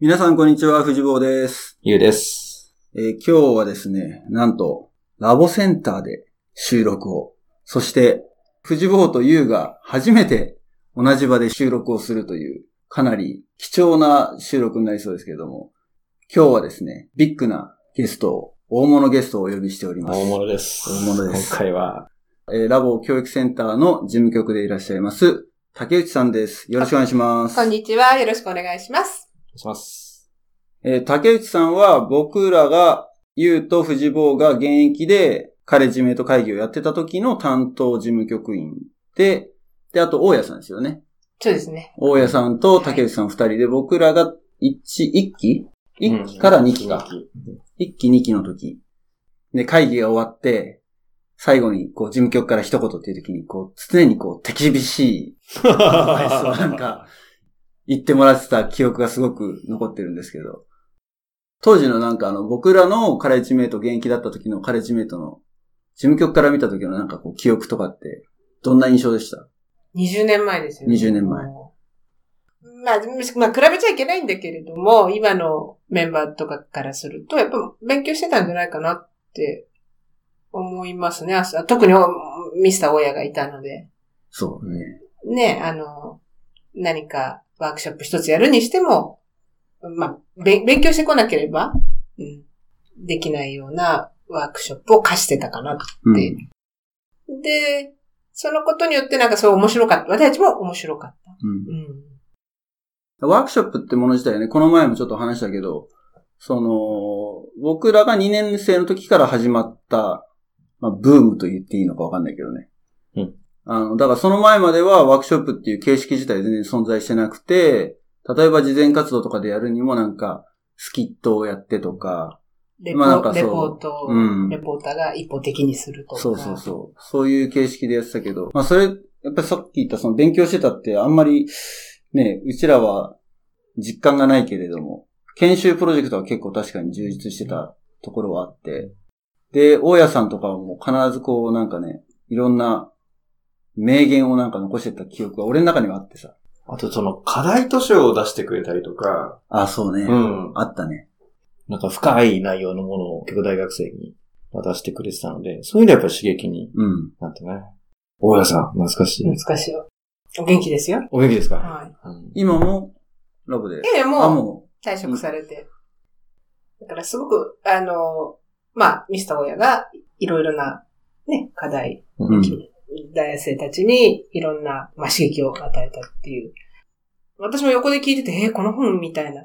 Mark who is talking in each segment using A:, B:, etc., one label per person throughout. A: 皆さん、こんにちは。藤坊です、
B: ゆうです。
A: えー今日はですね、なんと、ラボセンターで収録を。そして、藤坊とゆうが初めて同じ場で収録をするという、かなり貴重な収録になりそうですけれども、今日はですね、ビッグなゲストを、大物ゲストをお呼びしております。
B: 大物です。
A: 大物です
B: 今回は、
A: えーラボ教育センターの事務局でいらっしゃいます、竹内さんです。よろしくお願いします。
C: こんにちは。よろしくお願いします。
B: お願いします。
A: えー竹内さんは僕らが、ゆうと藤坊が現役でカレッジメイト会議をやってた時の担当事務局員で、で、あと大家さんですよね。
C: そうですね。
A: 大家さんと竹内さん二人で僕らが一、一期一期
B: うん
A: から二期か。
B: うん
A: 一期二期の時。で、会議が終わって、最後に、こう、事務局から一言っていう時に、こう、常にこう、手厳しいアイスをなんか、言ってもらってた記憶がすごく残ってるんですけど、当時のなんかあの、僕らのカレッジメイト、現役だった時のカレッジメイトの、事務局から見た時のなんかこう、記憶とかって、どんな印象でした
C: 20年前ですよね。
A: 20年前
C: まあ、むしまあ、比べちゃいけないんだけれども、今のメンバーとかからすると、やっぱ勉強してたんじゃないかなって思いますね。あそ特にミスター親がいたので。
A: そうね。
C: ね、あの、何かワークショップ一つやるにしても、まあ、べ勉強してこなければ、うん、できないようなワークショップを課してたかな
A: うん。
C: で、そのことによってなんかそう面白かった。私たちも面白かった。
A: うん
C: うん。
A: ワークショップってもの自体ね、この前もちょっと話したけど、その、僕らが2年生の時から始まった、まあ、ブームと言っていいのかわかんないけどね。
B: うん。
A: あの、だからその前まではワークショップっていう形式自体全然存在してなくて、例えば事前活動とかでやるにもなんか、スキットをやってとか、
C: レポ,、
A: まあなんかそう
C: レポートを、
A: うん
C: レポーターが一方的にするとか。
A: そうそうそう。そういう形式でやってたけど、まあそれ、やっぱりさっき言ったその勉強してたってあんまり、ね、うちらは実感がないけれども、研修プロジェクトは結構確かに充実してたところはあって、で、大家さんとかはもう必ずこうなんかね、いろんな名言をなんか残してた記憶が俺の中にはあってさ。
B: あと、その、課題図書を出してくれたりとか、
A: あ、そうね。
B: うん。
A: あったね。
B: なんか深い内容のものを結構大学生に渡してくれてたので、そういうのはやっぱ刺激に
A: うん。
B: なってね。大家さん、懐かしい。
C: 難しいよ。お元気ですよ。
B: お元気ですか
C: は
B: うん
A: 今もラボで
C: い。。いやいや、
A: あ、
C: もう
A: も
C: 退職されて。だからすごく、あの、まあ、ミスター親がいろいろな、ね、課題、
A: う。うん。
C: 大学生たちにいろんな、まあ、刺激を与えたっていう。私も横で聞いてて、えーこの本み たいな。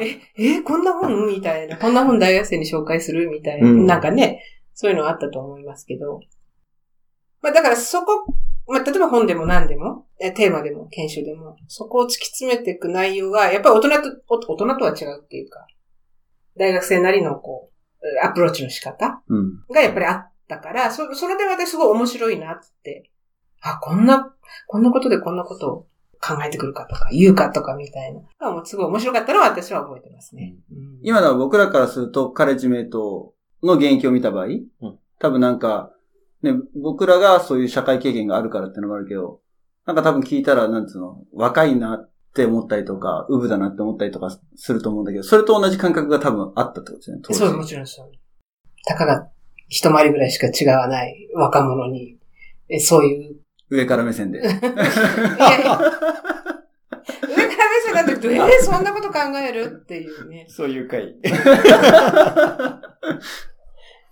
C: え、え、こんな本みたいな。こんな本大学生に紹介するみたいな。
B: うん
C: なんかね、そういうのあったと思いますけど。まあだからそこ、まあ例えば本でも何でも、えテーマでも研修でも、そこを突き詰めていく内容が、やっぱり大人と、お大人とは違うっていうか、大学生なりのこう、アプローチの仕方
A: うん。
C: がやっぱりあったから、そそれで私すごい面白いなって。あ、こんな、こんなことでこんなことを考えてくるかとか、言うかとかみたいな。あもうすごい面白かったのは私は覚えてますね。うん
A: 今だから僕らからすると、カレッジメイトの現役を見た場合、
B: うん
A: 多分なんか、ね、僕らがそういう社会経験があるからってのもあるけど、なんか多分聞いたら、なんつうの、若いなって思ったりとか、ウブだなって思ったりとかすると思うんだけど、それと同じ感覚が多分あったってことですよね、当時
C: そう、もちろんそう。たかが一回りぐらいしか違わない若者に、えそういう。
A: 上から目線で。
C: いやいや上から目線だと、えーそんなこと考えるっていうね。
B: そういう回。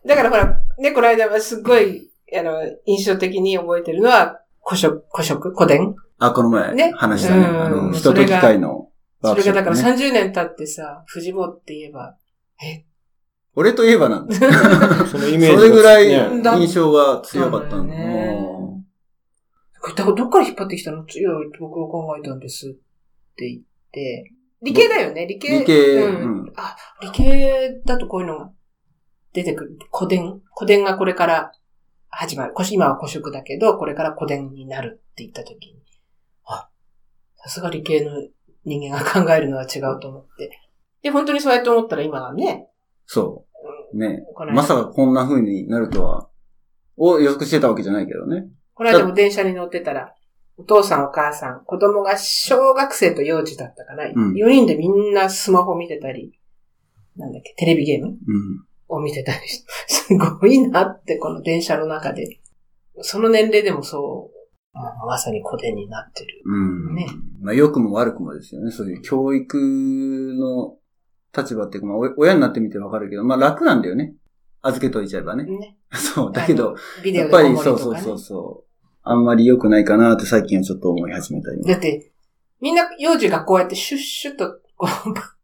C: だからほら、ね、この間はすっごい、あの、印象的に覚えてるのは、古食、古食、古典
A: あ、この前、
C: ね
A: 話したね。
C: うん
A: あの、人
C: そ
A: と
C: れ
A: 機
C: が
A: 械のワー
C: そ
A: ク
C: れ
A: ショ
C: が
A: ップ、ね。
C: だから30年経ってさ、藤坊って言えば、
A: 俺といえばなんだ。
B: そのイ
A: そ
B: メージがね。
A: れぐらい
C: んだ
A: 印象が強かった
C: そ
A: ん
C: う
A: だ
C: だよねこれどどっから引っ張ってきたのいや、僕が考えたんですって言って。理系だよね、理系。
A: 理系
C: うん。
A: うん
C: あ、理系だとこういうのが出てくる。古典。古典がこれから始まる。こし今は古食だけど、これから古典になるって言った時に。あ、さすが理系の人間が考えるのは違うと思って。で、本当にそうやって思ったら今はね、
A: そう。ね。
C: この間
A: まさかこんな風になるとは、を予測してたわけじゃないけどね。
C: この間も電車に乗ってたら、お父さんお母さん、子供が小学生と幼児だったかな、
A: ん
C: 4人でみんなスマホ見てたり、なんだっけ、テレビゲーム
A: うん。
C: を見てたりして、 すごいなって、この電車の中で。その年齢でもそう、まあまさに古典になってる。
A: うん。
C: ね
A: まあ、良くも悪くもですよね。そういう教育の立場っていうか、まあ、お親になってみてわかるけど、まあ楽なんだよね。預けといちゃえばね。
C: ね。
A: そう。だけど、
C: あの、ビデ
A: や
C: オ
A: っ
C: で
A: ぱ
C: こも
A: り
C: りとか、
A: そ
C: ね、
A: うそうそうそう。あんまり良くないかなって最近はちょっと思い始めたりも
C: だって、みんな幼児がこうやってシュッシュッと、こう、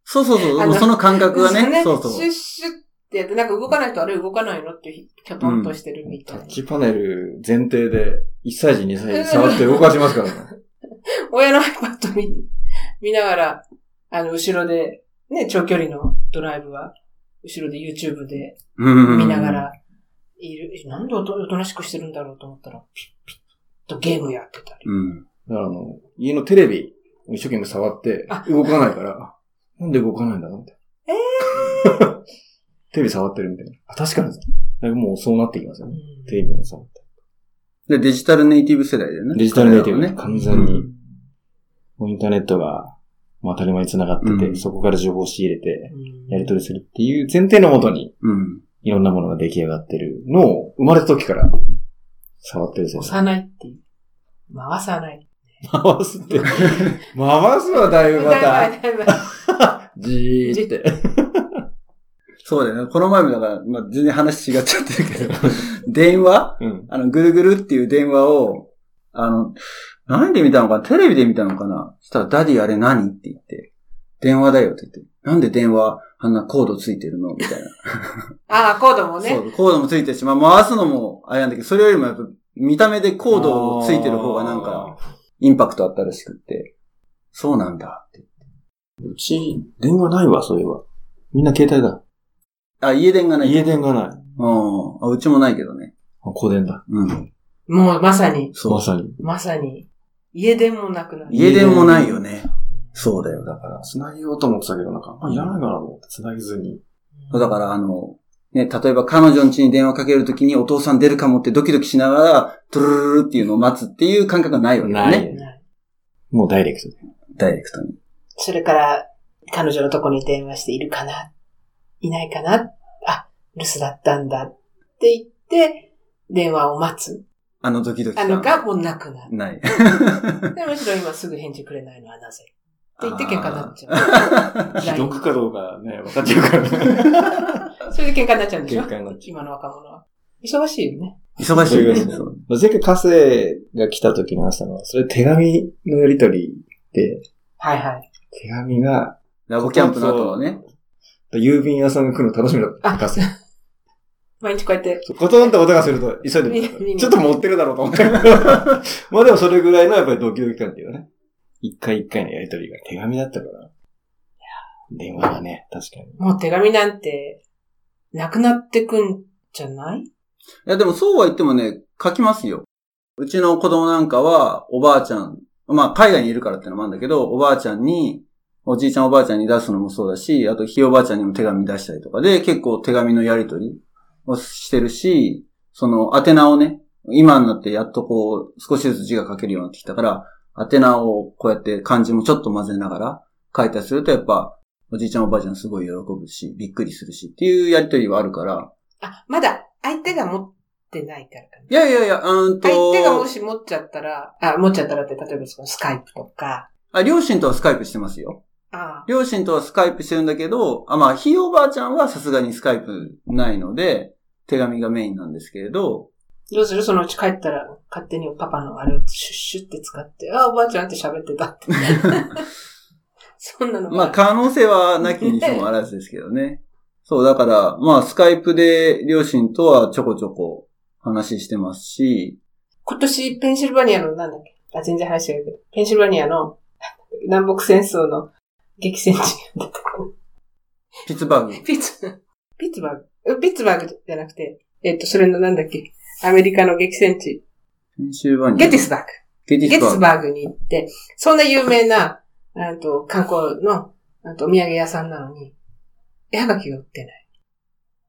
A: そうそうそ
C: あ
A: う。
C: の
A: その感覚が
C: そう
A: ね。そうそう。
C: シュッシュッってやって、なんか動かないとあれ動かないのってひ、キョトンとしてるみたい
B: タ
C: な。
B: ッチパネル前提で、1歳児、2歳児触って動かしますからね。
C: 親の iPad 見、見ながら、あの、後ろで、ね、長距離のドライブは、後ろで YouTube で
A: うん
C: 見なが。ら、いる、えなんでおとおとなしくしてるんだろうと思ったら、ピッピッとゲームやってたり。
A: うん。
B: だからあの、家のテレビ、一生懸命触って
C: あ、
B: 動かないから、なんで動かないんだろうみたい
C: え
B: な。 テレビ触ってるみたいな。あ、確かに。だからもうそうなってきますよ
C: う
B: ね。
C: ん
B: テレビも触って。
A: で、デジタルネイティブ世代だよね。
B: デジタルネイティブね。
A: 彼らは
B: 完全
A: う
B: に
A: ん。
B: もうインターネットが、まあ当たり前に繋がってて、
A: うん
B: そこから情報を仕入れて、
C: うん
B: やり取りするっていう前提のもとに、
A: うん。
B: いろんなものが出来上がってるのを、生まれた時から、触ってる先
C: 押
B: 生。
C: さないっていう。回さない。
B: 回す って。回すは だいぶまた、 じーって。
A: そうだよね。この前もだから、まあ、全然話違っちゃってるけ ど、電話
B: うん。
A: あの、ぐるぐるっていう電話を、あの、何で見たのかなテレビで見たのかなそしたら、ダディあれ何って言って、電話だよって言って、なんで電話あんなコードついてるのみたいな。
C: ああ、コードも ね。
A: そう、コードもついてるし、まあ、回すのもあれなんだけど、それよりもやっぱ、見た目でコードをついてる方がなんか、、インパクトあったらしくって、そうなんだって。
B: うち、電話ないわ、そういえば。みんな携帯だ。
A: あ、家電がない。
B: 家電がない。
A: うん。あ、うちもないけどね。
B: あ個電だ。
A: うん。
C: もうまさに、
A: そう
B: ま。さに。
C: まさに、家電もなくなる。
A: 家電もないよね。そうだよ。
B: だから、繋げようと思ってたけど、なんか、あ、いらないかなと思って、繋げずに。
A: そうだから、あの、ね、例えば彼女の家に電話かけるときにお父さん出るかもってドキドキしながら、トゥルルルルっていうのを待つっていう感覚がないわけだね。
C: ない
B: もうダイレクトで。
A: ダイレクトに。
C: それから、彼女のとこに電話しているかないないかなあ、留守だったんだって言って、電話を待つ。
A: あのドキドキ
C: あ
A: 感
C: のがもうなくなる。
A: ない。
C: でむしろ今すぐ返事くれないのはなぜって言って喧嘩になっちゃ
B: 既
C: う。
B: 読かどうかね、分かっちゃうからね。
C: それで喧嘩になっちゃうんでしょ
B: 喧嘩になっち
C: 今の若者は。忙しいよね。
A: 忙しい
B: そういうこ
A: ね。
B: と
A: そう
B: 前回カセが来た時に話したのは、それ手紙のやりとりで、
C: はいはい。
B: 手紙が、
A: ラボキャンプの後のね。
B: 郵便屋さんが来るの楽しみだった。カセ。
C: 毎日こうやって、
B: そうコトンって音がすると、急いで見た
C: 見に
B: ちょっと持ってるだろうと思ったけどまあでもそれぐらいのやっぱりドキドキ感っていうかね。一回一回のやりとりが手紙だったから。電話がね、確かに。
C: もう手紙なんて、なくなってくんじゃない
A: いや、でもそうは言ってもね、書きますよ。うちの子供なんかは、おばあちゃん、まあ、海外にいるからってのもあるんだけど、おばあちゃんに、おじいちゃんおばあちゃんに出すのもそうだし、あとひいおばあちゃんにも手紙出したりとかで、結構手紙のやりとりをしてるし、その、宛名をね、今になってやっとこう、少しずつ字が書けるようになってきたから、宛名をこうやって漢字もちょっと混ぜながら書いたりすると、やっぱ、おじいちゃんおばあちゃんすごい喜ぶし、びっくりするしっていうやりとりはあるから、
C: あ、まだ相手が持ってないからかな。
A: いやいやいや、うーんと。
C: 相手がもし持っちゃったら、あ、持っちゃったらって、例えばそのスカイプとか、
A: あ、両親とはスカイプしてますよ。
C: ああ
A: 両親とはスカイプしてるんだけど、あ、まあ、ひいおばあちゃんはさすがにスカイプないので、手紙がメインなんですけれど、
C: どうするそのうち帰ったら、勝手にパパのあれをシュッシュッって使って、あ、おばあちゃんって喋ってたって。そんなのが
A: まあ、可能性はなきにしもあらずですけどね。そう、だから、まあ、スカイプで両親とはちょこちょこ話してますし、
C: 今年ペンシルバニアの、なんだっけあ、全然話しけど、ペンシルバニアの南北戦争の激戦地に出てくる。
A: ピッツバーグ。
C: ピッツ、ピッツバーグえピッツバーグじゃなくて、えっ、と、それのなんだっけアメリカの激戦地。
A: ペンシルバニア。
C: ゲティスバーグ。
A: ゲティス
C: ゲテ
A: バ
C: ィ
A: ー
C: ス
A: グ。
C: バーグに行って、そんな有名な、あと観光のあとお土産屋さんなのに、絵はがきが売ってない。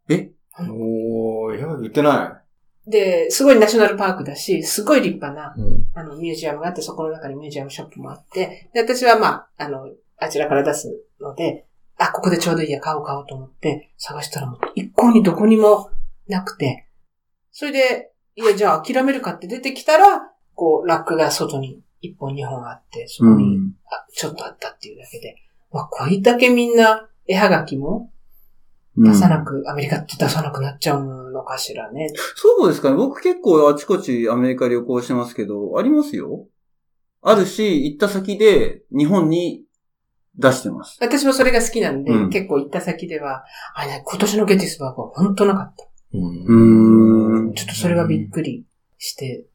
A: え
B: おー、いや、言ってな
C: で、すごいナショナルパークだし、すごい立派な、
B: うん。
C: あの、ミュージアムがあって、そこの中にミュージアムショップもあって、で、私はまあ、あの、あちらから出すので、あ、ここでちょうどいいや、買おう買おうと思って、探したらもう、一向にどこにもなくて、それで、いや、じゃあ諦めるかって出てきたら、こう、ラックが外に一本二本あって、そこにあちょっとあったっていうだけで、まあ、これだけみんな絵はがきも
A: うん
C: 出さなく、アメリカって出さなくなっちゃうのかしらね。
A: そうですかね。僕結構あちこちアメリカ旅行してますけど、ありますよ。あるし、行った先で日本に出してます。
C: 私もそれが好きなんで、
A: うん
C: 結構行った先では、あれ、今年のゲティスバーグは本当なかった。
B: う
A: うーん
C: ちょっとそれはびっくりして、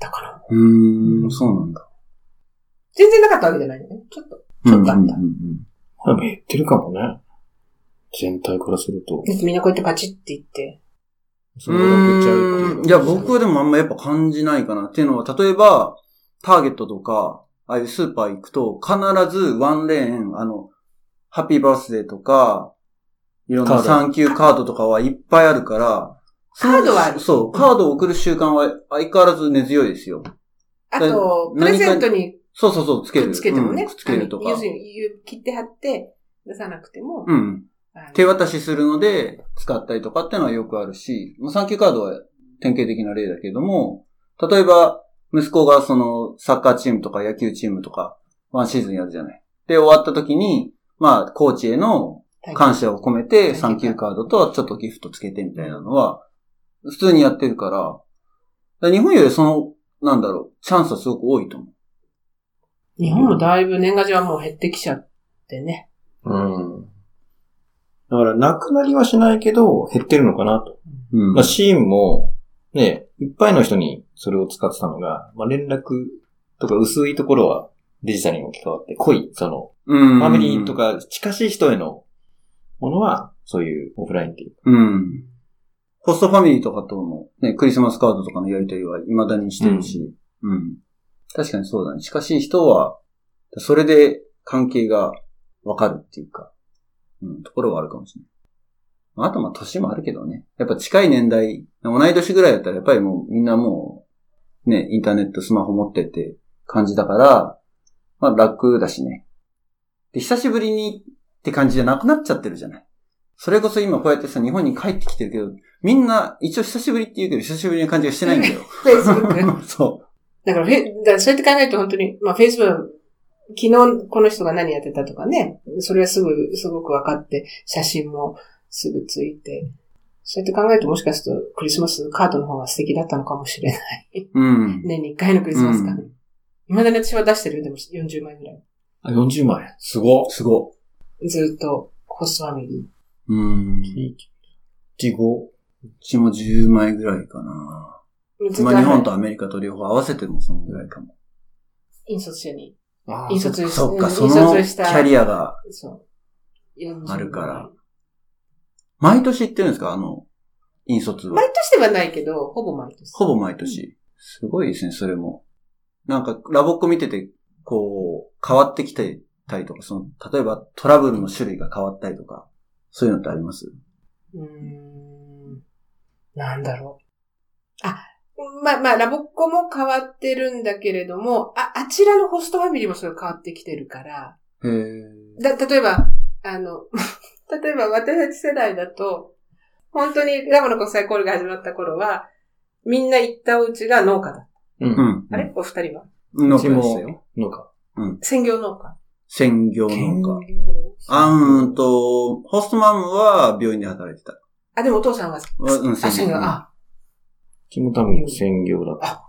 C: だから、
A: うーん、そうなんだ。
C: 全然なかったわけじゃないのね。ちょっと、ちょっとあった。
A: うんうんうん
B: 多分減ってるかもね。全体からすると。
C: だってみんなこうやってパチって言って、
B: それが送っちゃう
A: う
B: っ
A: ー
B: て
A: ん
B: う
A: いや、僕はでもあんまやっぱ感じないかな。っていうのは、例えば、ターゲットとか、ああいうスーパー行くと、必ずワンレーン、あの、ハッピーバースデーとか、いろん
B: カー
A: な
B: ド
A: サンキューカードとかはいっぱいあるから、その
C: カードはある
A: そう、カードを送る習慣は相変わらず根強いですよ。
C: あと、プ
A: 何
C: レ
A: か
C: ゼントに
A: そうそうそう、つけ
C: くっ
A: る。
C: つけてもね。
A: うんくっつけると
C: あの
A: か
C: 要す。るに、切って貼って、出さなくても、
A: うん。
C: あの
A: 手渡しするので使ったりとかってのはよくあるし、まあ、産休カードは典型的な例だけども、例えば、息子がそのサッカーチームとか野球チームとか、ワンシーズンやるじゃない。で、終わった時に、まあ、コーチへの感謝を込めて、
C: サ
A: サ
C: ン
A: ン
C: キ
A: キ
C: ュ
A: ュ
C: ー
A: ー
C: カ
A: カードとはちょっとギフトつけてみたいなのは、普通にやってるから、だから日本よりその、なんだろう、チャンスはすごく多いと思う。
C: 日本もだいぶ年賀状はもう減ってきちゃっ てね。
B: うん。だから、なくなりはしないけど、減ってるのかなと。
A: うん
B: まあ、シーンも、ね、いっぱいの人にそれを使ってたのが、まあ、連絡とか薄いところはデジタルに置き換わって、濃い、その、
A: うん
B: ファミリーと。か近しい人へのものは、そういうオフラインっていうか。
A: うん。ホストファミリーとかとも、ね、クリスマスカードとかのやりとりは未だにしてるし、うん。確かにそうだね。近しい人は、それで関係がわかるっていうか、うん、ところはあるかもしれない。まああとまあ年もあるけどね。やっぱ近い年代、同い年ぐらいだったらやっぱりもうみんなもう、ね、インターネット、スマホ持ってって感じだから、まあ楽だしね。で、久しぶりにって感じじゃなくなっちゃってるじゃない。それこそ今こうやってさ、日本に帰ってきてるけど、みんな一応久しぶりって言うけど、久しぶりな感じがしてないん だよ。
C: Facebook
A: そ
C: だからフェ、だからそうやって考えると本当に、まあ Facebook、昨日この人が何やってたとかね、それはすぐ、すごく分かって、写真もすぐついて、そうやって考えるともしかするとクリスマスカードの方が素敵だったのかもしれない。
A: う。うん。
C: 年に1回のクリスマスカード。
A: うん
C: 未だに私は出してるよ、でも40枚ぐらい。
B: あ、40万円。すごっ。
A: すご
C: ずっと、ホストファミリー。
A: い。うん。う
B: いちご。
A: ちも10枚ぐらいかな。
C: ずっ
A: まあ日本
C: と、
A: とアメリカと両方合わせてもそのぐらいかも。
C: 引率者に、
B: あ
C: 引率し
A: そっか、そ
C: 引
A: のキ
C: 率した
A: ャリアが
C: そう。40枚
A: あるから。毎年行ってるんですかあの、引率は
C: 毎。年ではないけど、ほぼ毎年。
A: ほぼ毎年。すごいですね、それも。なんか、ラボっ子見てて、こう、変わってきてたりとか、その、例えばトラブルの種類が変わったりとか、そういうのってあります
C: うーん。なんだろう。あ、まあまあ、ラボっ子も変わってるんだけれども、あ、あちらのホストファミリーもそれ変わってきてるから、
A: へ
C: だ、例えば、あの、 例えば私たち世代だと、本当にラボの国際交流が始まった頃は、みんな行ったお家が農家だ。
B: う。
A: うんん。
C: あれお二人は
A: 農
B: うち
A: 家です
B: も
A: よ。、
B: のか。
C: 専業農家。
A: 専業農家。
C: 業
A: あうんと、ホストマムは病院で働いてた。
C: あ、でもお父さんは、
A: うん
C: あ、専業、あ、
B: うちも多分専業だった。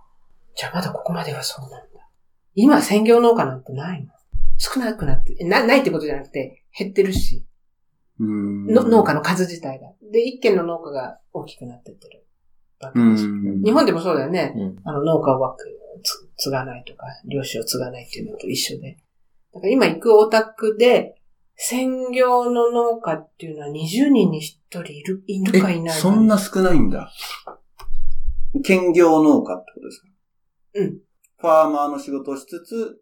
C: じゃあまだここまではそうなんだ。今、専業農家なんてないの少なくなって、な、ないってことじゃなくて、減ってるし、
A: うん
C: の農家の数自体が。で、一軒の農家が大きくなってってるわけ
A: う
C: だし。
A: ん。
C: 日本でもそうだよね。
B: うん。
C: あの、農家を枠つ継がないとか、漁師を継がないっていうのと一緒で。だから今行くオタクで、専業の農家っていうのは20人に1人いる、いるかい
A: え、
C: ないか。
A: そんな少ないんだ。兼業農家ってことですか
C: うん。
A: ファーマーの仕事をしつつ、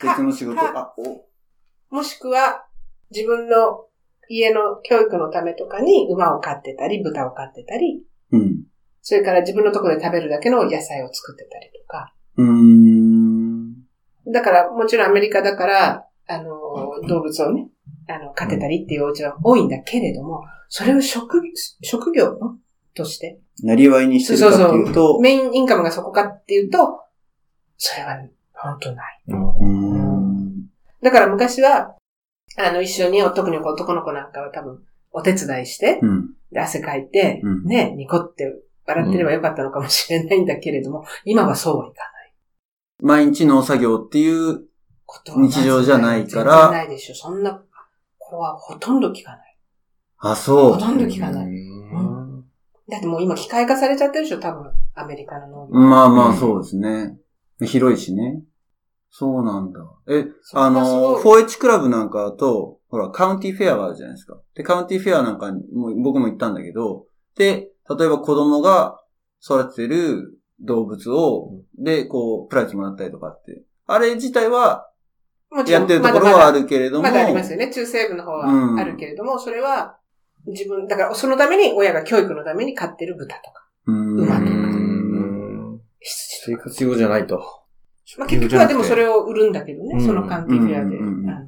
A: 別の仕事、
C: か
A: あ、お、
C: もしくは、自分の家の教育のためとかに馬を飼ってたり、豚を飼ってたり、
A: うん。
C: それから自分のところで食べるだけの野菜を作ってたりとか。
A: うーん。
C: だから、もちろんアメリカだから、あの、動物をね、あの、飼ってたりっていうお家は多いんだけれども、それを職、職業のとして、
A: なりわいにしてるかっていうと、
C: メインインカムがそこかっていうと、それは本当ない。
A: うーん。
C: だから昔は、あの、一緒に、特に男の子なんかは多分、お手伝いして、
A: うん。
C: で汗かいて、
A: うん
C: ね、ニコって笑ってればよかったのかもしれないんだけれども、今はそうはいかない。
A: 毎日農作業っていう、
C: ことはまず
A: 日常じゃないから
C: 全然ないでしょ。そんな子はほとんど聞かない。
A: あ、そ
C: ほ
A: う。
C: とんど聞かない。
B: うん
C: だってもう今機械化されちゃってるでしょ、多分。アメリカの農業。
A: まあま
B: う
A: あ、
B: ん
A: そうですね。広いしね。そうなんだ。え、
C: そこ
A: あ
C: がすご
A: の、
C: い
A: 4H クラブなんかだと、ほら、カウンティフェアがあるじゃないですか。で、カウンティフェアなんかにもう僕も行ったんだけど、で、例えば子供が育ててる動物を、で、こう、プライズもらったりとかって。あれ自体は、
C: もちろん
A: やってるところはあるけれども、
C: まだまだまだありますよね。中西部の方
A: う
C: は
A: ん
C: あるけれども、それは自分、だからそのために親が教育のために飼ってる豚とか、
A: う
C: 馬とか
B: うん
C: 羊と
B: 生活用じゃないと。
C: か。まあ結局はでもそれを売るんだけどね、
B: うん
C: そのカンティフェアで。
A: うんうんうん
C: あの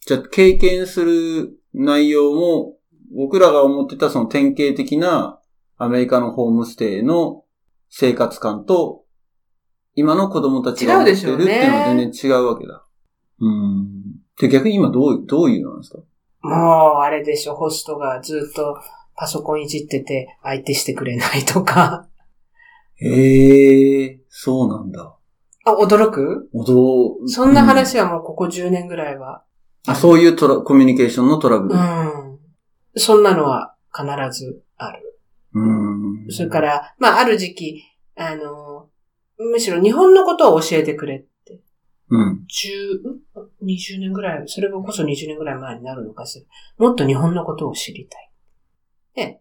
A: じゃあ、経験する内容も、僕らが思ってたその典型的なアメリカのホームステイの生活感と、今の子供たちが思ってるっていうのは全然違うわけだ。うん。で、逆に今どう、どういうのなんですか
C: もう、あれでしょ、ホストがずっとパソコンいじってて、相手してくれないと か。
A: へえ、そうなんだ。
C: あ、驚く
A: おどう
C: そんな、話はもうここ10年ぐらいは。
A: うんあ、そういうトラ、コミュニケーションのトラブル
C: う。ん。そんなのは必ずある。
A: うん。
C: それから、まあ、ある時期、あの、むしろ日本のことを教えてくれって。
A: うん。
C: 10、ん20年ぐらい、それこそ20年ぐらい前になるのかしら。もっと日本のことを知りたい。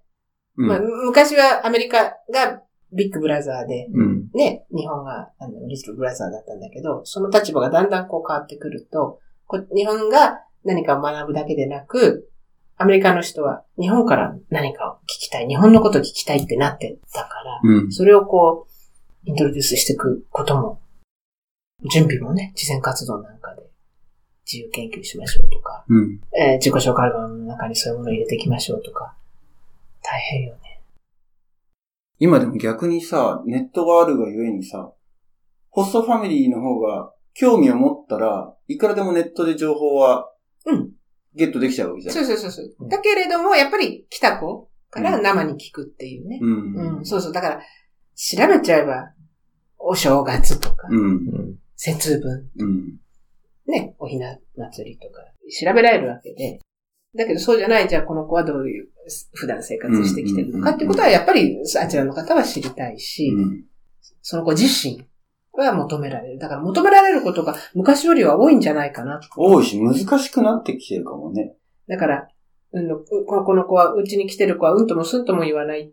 A: うん。
C: まあ、昔はアメリカがビッグブラザーで、
A: うん。
C: ね、日本が、あの、リストルブラザーだったんだけど、その立場がだんだんこう変わってくると、こ日本が何かを学ぶだけでなく、アメリカの人は日本から何かを聞きたい、日本のことを聞きたいってなってたから、
A: うん。
C: それをこう、イントロデュースしていくことも、準備もね、事前活動なんかで、自由研究しましょうとか、
A: うん。
C: えー自己紹介アルバムの中にそういうものを入れていきましょうとか、大変よね。
A: 今でも逆にさ、ネットがあるがゆえにさ、ホストファミリーの方が興味を持ったら、いくらでもネットで情報は
C: うん。
A: ゲットできちゃうわけじゃん。
C: そうそうそうそうう。
B: ん
C: だけれども、やっぱり来た子から生に聞くっていうね。
A: うん。
C: うん、
A: うん。
C: そうそう。だから、調べちゃえば、お正月とか、
A: うん。
C: 節分、
A: うん。
C: ね、おひな祭りとか、調べられるわけで。だけどそうじゃない、じゃあこの子はどういう、普段生活してきてるのかってことは、やっぱり、あちらの方は知りたいし、その子自身は求められる。だから求められることが昔よりは多いんじゃないかな。
A: 多いし、難しくなってきてるかもね。
C: だから、うんの、うこの子は、うちに来てる子は、うんともすんとも言わない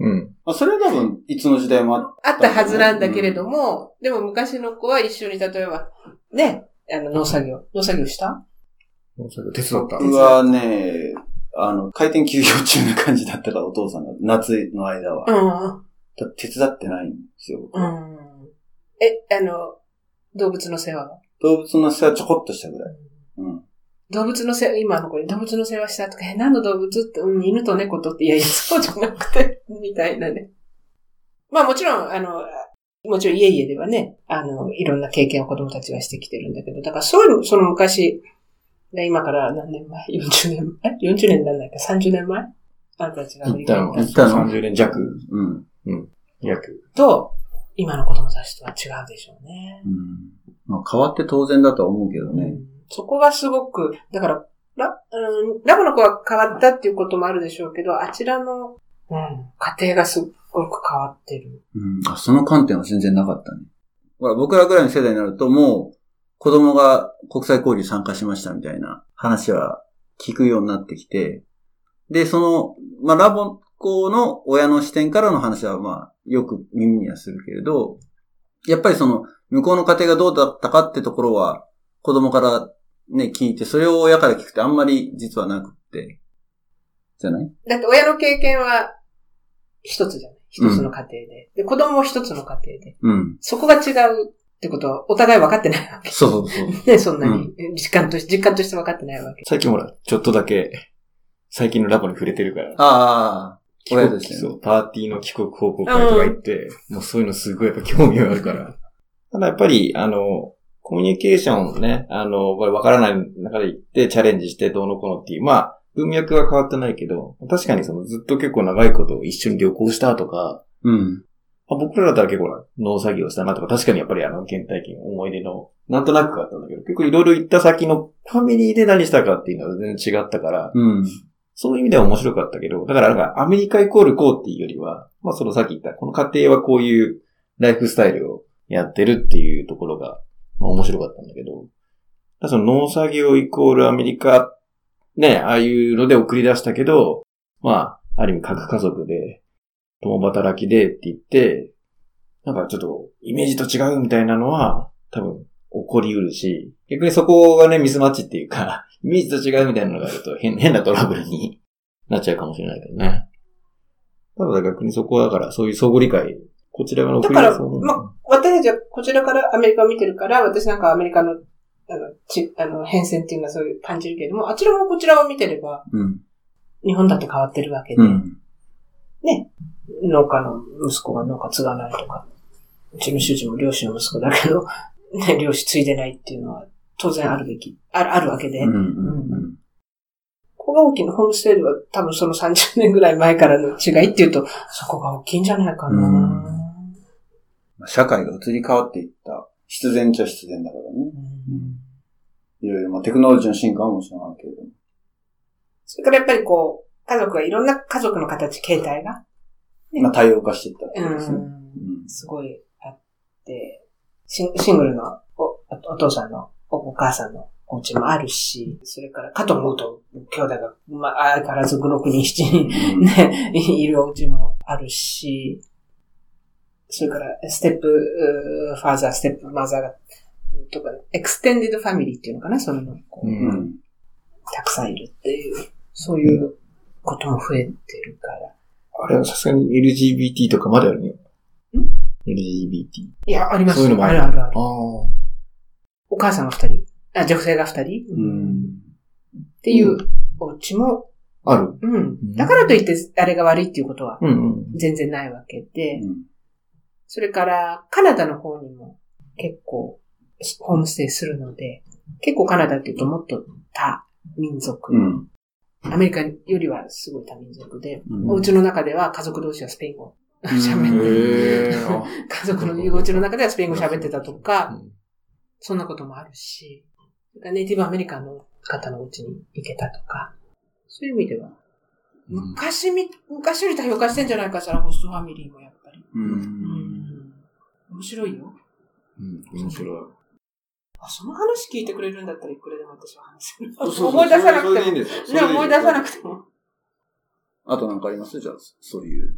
B: うん。
A: まあ、それは多分、いつの時代もあっ
C: あったはずなんだけれども、でも昔の子は一緒に例えば、ね、あの、農作業、農作業した
B: もうそれ手伝った。
A: 僕はね、あの、回転休業中な感じだったから、お父さんが、夏の間は。
C: ん。
A: だって手伝ってないんですよ。
C: うん。え、あの、動物の世話は
A: 動物の世話ちょこっとしたぐらい。うん。
C: 動物の世話、今の子に動物の世話したとか、え、何の動物って、うん、犬と猫とって、いやいや、そうじゃなくて、 みたいなね。まあもちろん、あの、もちろん家々ではね、あの、いろんな経験を子供たちはしてきてるんだけど、だからそういう、その昔、ね今から何年前 ?40 年前 ?40 年になんないか ?30 年前あんたたちがア
B: 行
C: メ
B: っ
C: リカ
B: たの
C: に行
B: は
C: っ
A: 行ったの
B: 30年弱。
A: うん。
B: 約。
C: たと、今の子供たちとは違うでしょうね
A: う。ん。まあ、変わって当然だとは思うけどね。
C: そこがすごく、だから、ラ、うん、ラボの子は変わったっていうこともあるでしょうけど、あちらの、うん、家庭がすごく変わってる。
A: うん、あその観点は全然なかったね。ほら、僕らぐらいの世代になるともう、子供が国際交流参加しましたみたいな話は聞くようになってきて、で、その、まあ、ラボ校の親の視点からの話は、まあ、よく耳にはするけれど、やっぱりその、向こうの家庭がどうだったかってところは、子供からね、聞いて、それを親から聞くってあんまり実はなくって、じゃない
C: だって親の経験は一つじゃない。一つの家庭で。で、子供も一つの家庭で。
A: うん。
C: そこが違うってことは、お互い分かってないわけ。
A: そうそうそう。
C: ね、 そんなに、実感として、実感として分かってないわけ。
B: 最近ほら、ちょっとだけ、最近のラボに触れてるから。
A: ああ、
B: 帰国
A: 親としてね
B: そう、パーティーの帰国報告会とか行って、もうそういうのすごいやっぱ興味があるから。ただやっぱり、あの、コミュニケーションをね、あの、これわからない中で行ってチャレンジしてどうのこうのっていう、まあ、文脈は変わってないけど、確かにそのずっと結構長いこと一緒に旅行したとか、
A: うん。
B: まあ、僕らだったら結構な農作業したなとか、確かにやっぱりあの、原体験、思い出の、なんとなくあったんだけど、結構いろいろ行った先のファミリーで何したかっていうのは全然違ったから、
A: うん。
B: そういう意味では面白かったけど、だからなんかアメリカイコールこうっていうよりは、まあそのさっき言った、この家庭はこういうライフスタイルをやってるっていうところが、まあ面白かったんだけど、だからその農作業イコールアメリカ、ね、ああいうので送り出したけど、まあ、ある意味核家族で、共働きでって言って、なんかちょっとイメージと違うみたいなのは、多分起こりうるし、逆にそこがね、ミスマッチっていうか、 イメージと違うみたいなのがあると変、変なトラブルに なっちゃうかもしれないけどね。ただ逆にそこはだから、そういう相互理解、こちら側の送り出すもの
C: だから私たちはこちらからアメリカを見てるから、私なんかアメリカの、あの、ち、あの、変遷っていうのはそういう感じるけれども、あちらもこちらを見てれば、
A: うん。
C: 日本だって変わってるわけで、
A: うん。
C: 農家の息子が農家継がないとか、うちの主人も漁師の息子だけど、ね、漁師継いでないっていうのは当然あるべき、ある、あるわけで、
A: うん。うん。
C: ここが大きなホームステイでは多分その30年ぐらい前からの違いっていうと、そこが大きいんじゃないかな、
A: 社会が移り変わっていった。必然っちゃ必然だからね。
C: うん
A: いろいろ、まあテクノロジーの進化はもちろんあるけれども。
C: それからやっぱりこう、家族がいろんな家族の形、形態が、
A: まあ多様化していったってことですね。
C: うん、すごいあって、シンシングルのおお父さんのおお母さんのお家もあるし、それからかと思うと兄弟が、まあ、相変わらず5、6人、7人
A: うん。
C: ね、いるお家もあるし、それから、ステップうーファーザー、ステップマザーがとか、エクステンディドファミリーっていうのかな、そのこう
B: う。
A: うんん。
C: たくさんいるっていう、そういうことも増えてるから。
B: あれはさすがに LGBT とかまであるね。
C: ん
B: ?LGBT。
C: いや、あります
B: そういうのもあ
C: あ
B: る
C: るあるある。
B: あ
C: お母さんが二人あ、女性が二人、
A: う
C: っ
A: ん。
C: ていうお家も、
B: あ。ある。
C: うん。だからといって、あれが悪いっていうことは
B: うんうん。
C: 全然ないわけで、
A: うん
C: それから、カナダの方にも結構、ホームステイするので、結構カナダっていうともっと多民族。
A: うん。
C: アメリカよりはすごい多民族で、
A: うん
C: お家の中では家族同士はスペイン語
A: うん
C: 喋って、
B: へーあ
C: 家族のお家の中ではスペイン語喋ってたと
B: う
C: か、
B: ん
C: そんなこともあるし、ネイティブアメリカンの方のお家に行けたとか、そういう意味では、
B: うん
C: 昔み、昔より多様化してんじゃないかしら、ホストファミリーもやっぱり。
A: う。
C: うんん。面白いよ。
B: うん。面白い。
C: あ、その話聞いてくれるんだったらいくらでも私は話せる。
B: そうそう
C: 思い出さなく
B: それでいいんで
C: ても。
B: すよそれ
C: ね、
B: でいい
C: 思い出さなくても。
A: あとなんかありますじゃあ、そういう。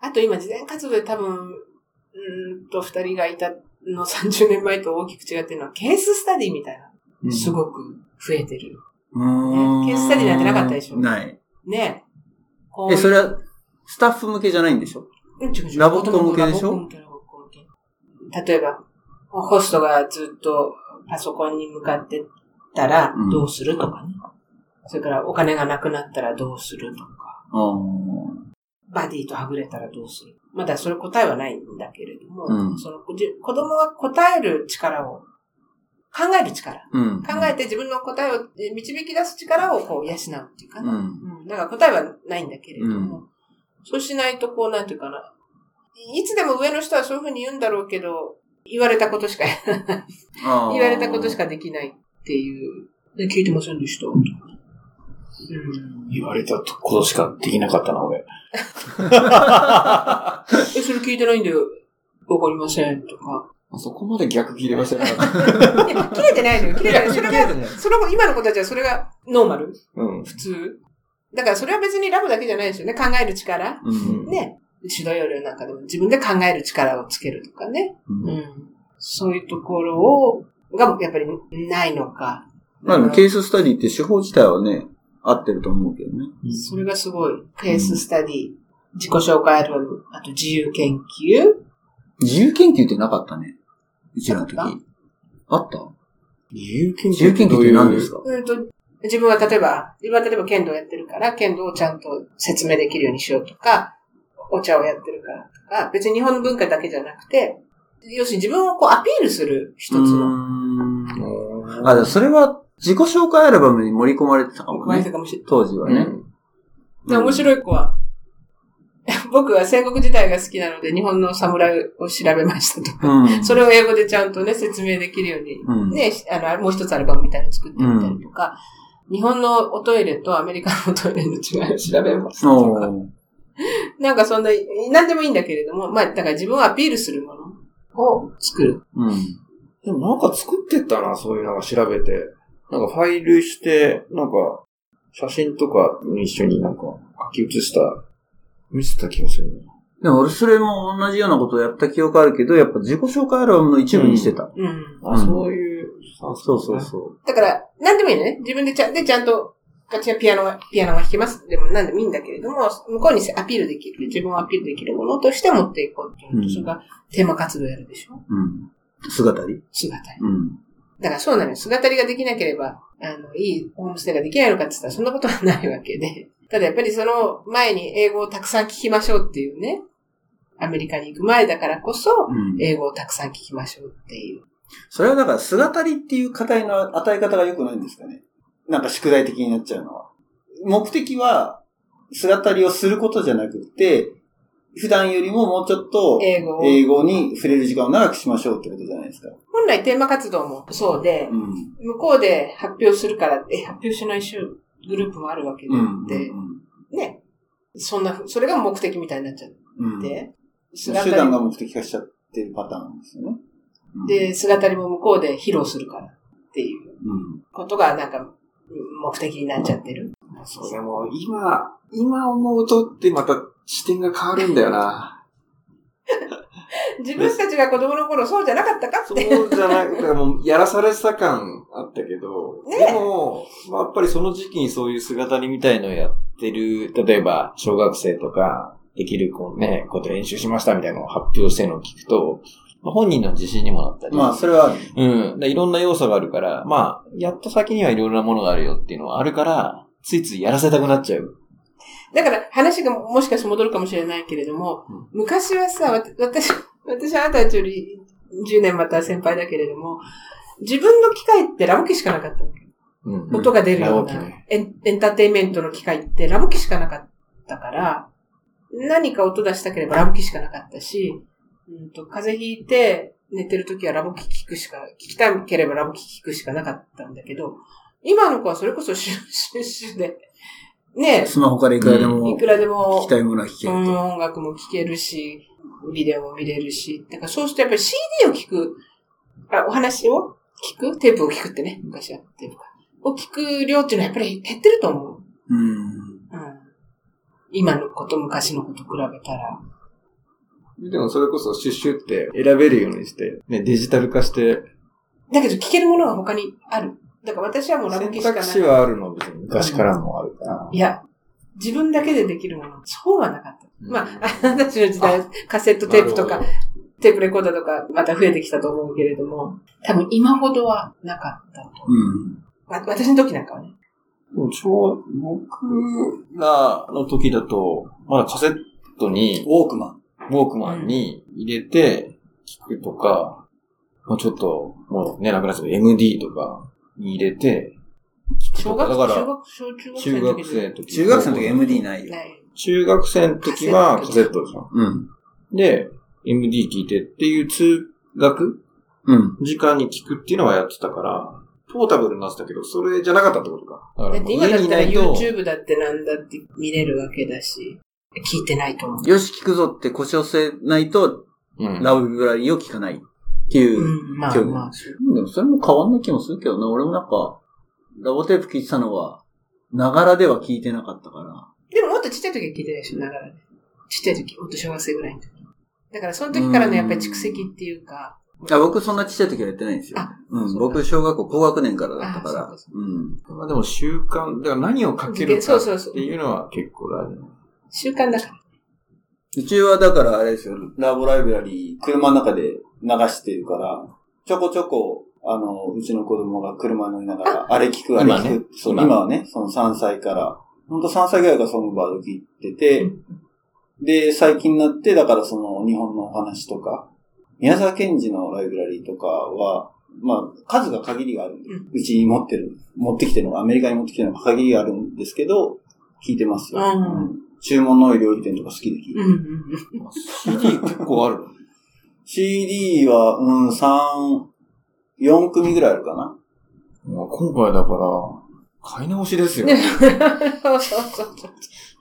C: あと今、事前活動で多分、うーんと、二人がいたの30年前と大きく違ってるのは、ケーススタディみたいな。
B: うん
C: すごく増えてる。
A: うん
C: ケーススタディなんてなかったでしょ
A: ない。
C: ねこう
A: え、それは、スタッフ向けじゃないんでしょ
C: うん違う違う
A: ラボット向けでしょ
C: ラボット向けラボット向け例えば、ホストがずっとパソコンに向かってたら
A: うん
C: どうするとかね。それからお金がなくなったらどうするとか。
A: ああ。
C: バディとはぐれたらどうするまだそれ答えはないんだけれども、
A: うん
C: そのじ子供は答える力を、考える力、
A: うん。
C: 考えて自分の答えをえ導き出す力をこう養うっていうか
A: う
C: な。
A: ん。
C: うん。だから答えはないんだけれども、そうしないとこうなんていうかな。いつでも上の人はそういうふうに言うんだろうけど、言われたことしか、
A: ああ
C: 言われたことし。かできないっていう。で聞いてませんでした。うん。
B: 言われたことしかできなかったな、俺。
C: え、それ聞いてないんだよ。わかりません。とか。
B: そこまで逆切れはしてなかった。
C: いや、切れてないのよ。切れてない。それが、その後、今の子たちはそれがノーマル
B: うん。
C: 普通だからそれは別にラブだけじゃないですよね。考える力
A: うん。
C: ね。指導要領なんかでも自分で考える力をつけるとかね。
A: う
C: うんん。そういうところを、が、やっぱりないのか。
A: まあでもケーススタディって手法自体はね、合ってると思うけどね。
C: それがすごい、ケーススタディ。自己紹介アルバム、あと自由研究。
A: 自由研究ってなかったね。うちらの時。
C: あ
A: あ
C: っ
A: った
B: 自由研
A: 自由研究って何です
B: か
A: か
C: うんと、自分は例えば、今例えば剣道やってるから、剣道をちゃんと説明できるようにしようとか、お茶をやってるからとか、別に日本の文化だけじゃなくて、要するに自分をこうアピールする一つの。
A: の。あ、でもそれは自己紹介アルバムに盛り込まれてたかも
C: 加え
A: ね
C: た。かもしれ
A: 当時はね。
C: ない。面
A: い。
C: 白い子は、 僕は戦国時代が好きなので、日本の侍を調べましたとか、
A: うん。
C: それを英語でちゃんとね、説明できるように
A: うん。
C: ね、あの、もう一つアルバムみたいなの作ってみたりとか、日本のおトイレとアメリカのおトイレの 違いを 調べましたとか、
A: おー
C: なんかそんな、なんでもいいんだけれども、まあ、だから自分をアピールするものを作る。
A: うん。
B: でもなんか作ってったな、そういうなんか調べて。なんかファイルして、なんか、写真とか一緒になんか書き写した、見せた気がするな。
A: でも俺それも同じようなことをやった記憶あるけど、やっぱ自己紹介アルバムの一部にしてた。
C: うん。
B: あ、
A: うん
B: そういう、あ
A: そうそうそう。
C: だから、なんでもいいのね。自分でちゃん、で、ちゃんと、ガチがピアノが、ピアノが弾けます。でも、なんでもいいんだけれども、向こうにアピールできる、自分をアピールできるものとして持っていこうっていう。
A: うん
C: それがテーマ活動やるでしょ
A: うん。姿に。
C: 姿に。
A: うん。
C: だからそうなのよ。姿りができなければ、あの、いいホームステイができないのかって言ったら、そんなことはないわけで。ただやっぱりその前に英語をたくさん聞きましょうっていうね。アメリカに行く前だからこそ、
A: うん。
C: 英語をたくさん聞きましょうっていう。
A: それはだから、姿りっていう課題の与え方が良くないんですかね。なんか宿題的になっちゃうのは。目的は、姿りをすることじゃなくて、普段よりももうちょっと、
C: 英語を。
A: 英語に触れる時間を長くしましょうってことじゃないですか。
C: 本来テーマ活動もそうで、
A: うん。
C: 向こうで発表するから、え、発表しない週、グループもあるわけで、
A: うん。
C: でね。そんなふ、それが目的みたいになっちゃっ
A: うん。
C: て、姿
A: 手
C: り
A: 段が目的化しちゃってるパターンですよね。うん、
C: で、姿りも向こうで披露するからっていう。
A: うん。
C: ことがなんかうん目的になっちゃってる。
B: それも今、今思うとってまた視点が変わるんだよな。
C: 自分たちが子供の頃そうじゃなかったか
B: そ
C: って。
B: うじゃなくて、もうやらされてた感あったけど、
C: ねえ
B: でも、まあ、やっぱりその時期にそういう姿にみたいのをやってる、例えば小学生とか、できる子ね、こうやって練習しましたみたいなのを発表してるのを聞くと、まあ本人の自信にもなったり、
A: まあ、それはある、
B: うん。でいろんな要素があるから、まあ、やった先にはいろいろなものがあるよっていうのはあるから、ついついやらせたくなっちゃう。
C: だから話がもしかして戻るかもしれないけれども、昔はさ、わた私、私はあなたたちより10年また先輩だけれども、自分の機械ってラム機しかなかったの。
B: うんうん
C: 音が出るよう
B: ラ
C: な
B: ム機ね
C: エンエンターテインメントの機械ってラム機しかなかったから、何か音出したければラム機しかなかったし、うん、と風邪ひいて寝てる時はラム機聞くしか、聞きたければラム機聞くしかなかったんだけど、今の子はそれこそシュッシュッシュで、ね
A: スマホからいくらで
B: う
A: も、
C: え、い
A: 聞
C: くらでも
A: き、たいものは聞け
C: う
A: る
C: ん
A: と。
C: 音楽も聴けるし、ビデオも見れるし、だからそうするとやっぱり CD を聴く、あお話を聞くテープを聞くってね、昔はテープか。を聞く量っていうのはやっぱり減ってると思う。
A: うん。
C: うん。今の子と昔の子と比べたら。
B: でもそれこそシュッシュって選べるようにして、ね、デジタル化して、
C: だけど聞けるものが他にある。だから私はもうラブキ
B: 選
C: しかな
B: 択
C: い。
B: 肢はあるのは別に昔からもあるから。
C: いや、自分だけでできるもの、そうはなかった。
B: うん
C: まあ、あなたたちの時代、カセットテープとか、テープレコーダーとか、また増えてきたと思うけれども、多分今ほどはなかったと。
A: うん。
C: わ私の時なんかはね。
B: でもちょう、僕らの時だと、まだカセットに、
A: ウォークマン。
B: ウォークマンに入れて聞くとか、もうちょっと、もうね、なくなっちゃう MD とかに入れて聞く
C: 小
B: とか、
C: 学
B: だ
C: 小
B: から、
C: 学小中学生
B: 中
C: の
B: 学
C: 時
B: 生の
C: で。
B: 時。
A: 中学生の時 MD ないよ。
C: ない。
B: 中学生の時はカセットじゃん。
A: うん。
B: で、MD 聞いてっていう通学
A: うん。
B: 時間に聞くっていうのはやってたから、ポータブルになってたけど、それじゃなかったってことか。だか
C: だ
B: ら
C: って
B: もう
C: 今
B: 家
C: だ
B: に
C: っ
B: い
C: た
B: な
C: ら
B: いと、
C: YouTube だってなんだって見れるわけだし、聞いてないと思う。
A: よし、聞くぞって腰を据えないと、
B: うん
A: ラブビブラリーを聞かないっていうう。
C: ん、まあ
A: 興味
C: まあ。
A: うんでもそれも変わんない気もするけどな。俺もなんか、ラボテープ聞いてたのは、ながらでは聞いてなかったから。
C: でももっとちっちゃい時は聞いてないでしょ、ながらね。ちっちゃい時、ほんと小学生ぐらいの時。だからその時から
A: う
C: の
A: ん
C: やっぱり蓄積っていうか、
A: あ僕そんなちっちゃい時はやってないんですよ
C: あ。
A: うん。
C: そうか
A: 僕小学校高学年からだったか
C: あそう
A: ら
C: かそ。
A: うん。
B: まあでも習慣、だから何をかける
C: そ
B: か
C: う
B: っ
C: そうそう
B: て。いうのは結構大事。
C: 習慣だから。
A: うちはだからあれですよ、ラボライブラリー、車の中で流してるから、ちょこちょこ、あの、うちの子供が車乗りながら、あれ聞く、あれ
B: 今ね
A: 聞く。そう、
B: 今
A: 今はね、その3歳から、ほんと3歳ぐらいからソングバード聞いてて、で、最近になって、だからその日本のお話とか、宮沢賢治のライブラリーとかは、まあ、数が限りがあるんで、
C: うん
A: うちに持ってる、持ってきてるのが、アメリカに持ってきてるのが限りがあるんですけど、聞いてますよ。
C: うん
A: うん注文の多い料理店とか好きで聞いてる
C: うんうん
B: まあ CD 結構ある。
A: CD は、うん、3、4組ぐらいあるかな。
B: まあ、今回だから、買い直しですよ。
C: うん。そうそうそうそう。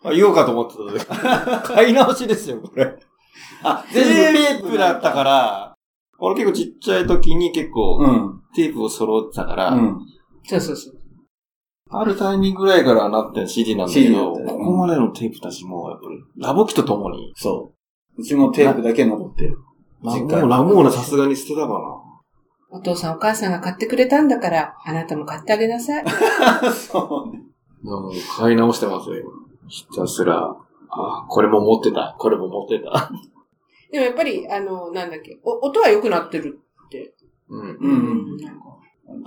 B: あ、言おうかと思ってた。 買い直しですよ、これ。
A: あ、
B: 全部テープだった
A: ら。
B: から、俺結構ちっちゃい時に結構、
A: うん。
B: テープを揃ってたから、
A: うん。
C: そうそうそう。
B: あるタイミングぐらいからなって CD なんだけ
A: CD だ
B: ど、
A: ったよ
B: ここまでのテープたちも、やっぱり、ラボ機とともに、
A: そう。うちもテープだけ残ってる。
B: ラ
A: 実
B: も
A: 家
B: うラモーナさすがに捨てたか
C: お父さんお母さんが買ってくれたんだから、あなたも買ってあげなさい。
A: そうね。
B: な。もう買い直してますよ、今ひたすら、あこれも持ってた、これも持ってた。
C: でもやっぱり、あの、なんだっけ、お音は良くなってる。
B: うん。
A: うんうん。っ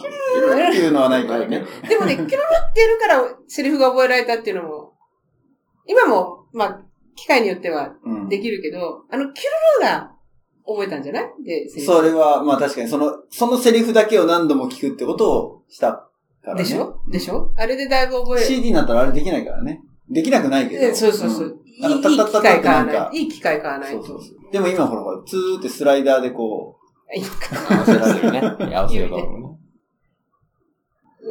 A: ていうのはないからね。
C: でもね、キュルルってやるからセリフが覚えられたっていうのも、今も、まあ、機械によっては
A: うん。
C: できるけど、あの、キュルルが覚えたんじゃないで、セリフ。
A: それは、まあ確かに、その、そのセリフだけを何度も聞くってことをしたからね。
C: でしょでしょあれでだいぶ覚え
A: ?CD になったらあれできないからね。できなくないけ
C: え
A: ど。
C: そうそうそ
A: ん
C: う。いいい
A: なん
C: い
A: か
C: 機
A: タッタッタッタ
C: 会
A: ってな
C: 買わ
A: んか
C: ない。いい機会買わない
A: そうそ
C: と
A: う。そう。でも今ほら、ほらツーってスライダーでこ
C: いいか
B: 合わせられ るね。合わせるかも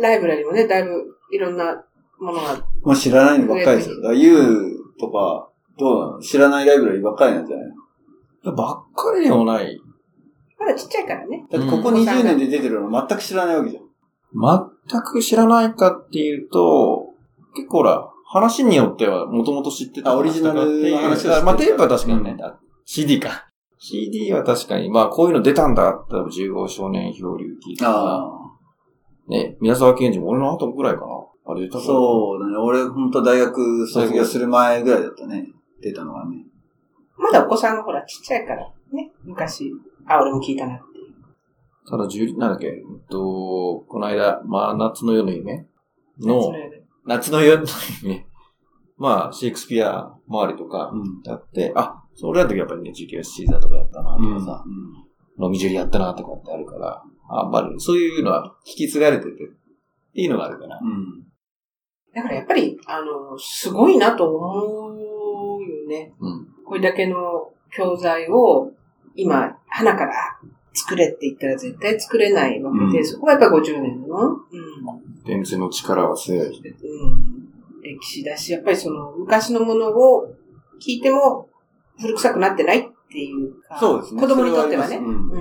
C: ライブラリもね、だいぶいろんなものが。
A: う、もう知らないのばっかりですよ。だから U とか、どうなの知らないライブラリーばっかりなんじゃない
B: ね。ばっかりでもない。
C: まだちっちゃいからね。
A: だってここ20年で出てるの全く知らないわけじゃん。
B: 全く知らないかっていうと、結構ほら、話によってはもともと知ってた
A: あオリジナルの
B: っていう
A: 話を知ってる
B: まあテープは確かにね、
A: うん
B: あ CD か。CD は確かに、まあこういうの出たんだって、15少年漂流記とか、ね、宮沢賢治も俺の後ぐらいかな。あれ出たから
A: そうだね。俺、本当大学卒業する前ぐらいだったね。出たのがね。
C: まだお子さんがほらちっちゃいからね。昔、あ、俺も聞いたなっていう。
B: ただ、十なんだっけ、えっと、この間、真夏の夜の夢
C: そ
B: の、
C: れで
B: 夏の夜の夢。まあ、シェイクスピア周りとか、
A: うん。
B: やって、あ、そう俺らの時やっぱりね、ジュリアス・シーザーとかやったな、とかさ、ロミジュリやったな、とかってあるから、あ、まあ、そういうのは引き継がれてて、っていうのがあるから。
A: うん。
C: だからやっぱり、あの、すごいなと思うよね。
B: うん。
C: これだけの教材を今、花から作れって言ったら絶対作れないわけで、
A: うん
C: そこがやっぱり50年の、うん、
B: 電通の力は強い。
C: うん、歴史だし、やっぱりその昔のものを聞いても古臭くなってないっていうか、
A: そうですね。
C: 子供にとってはね。
A: それあります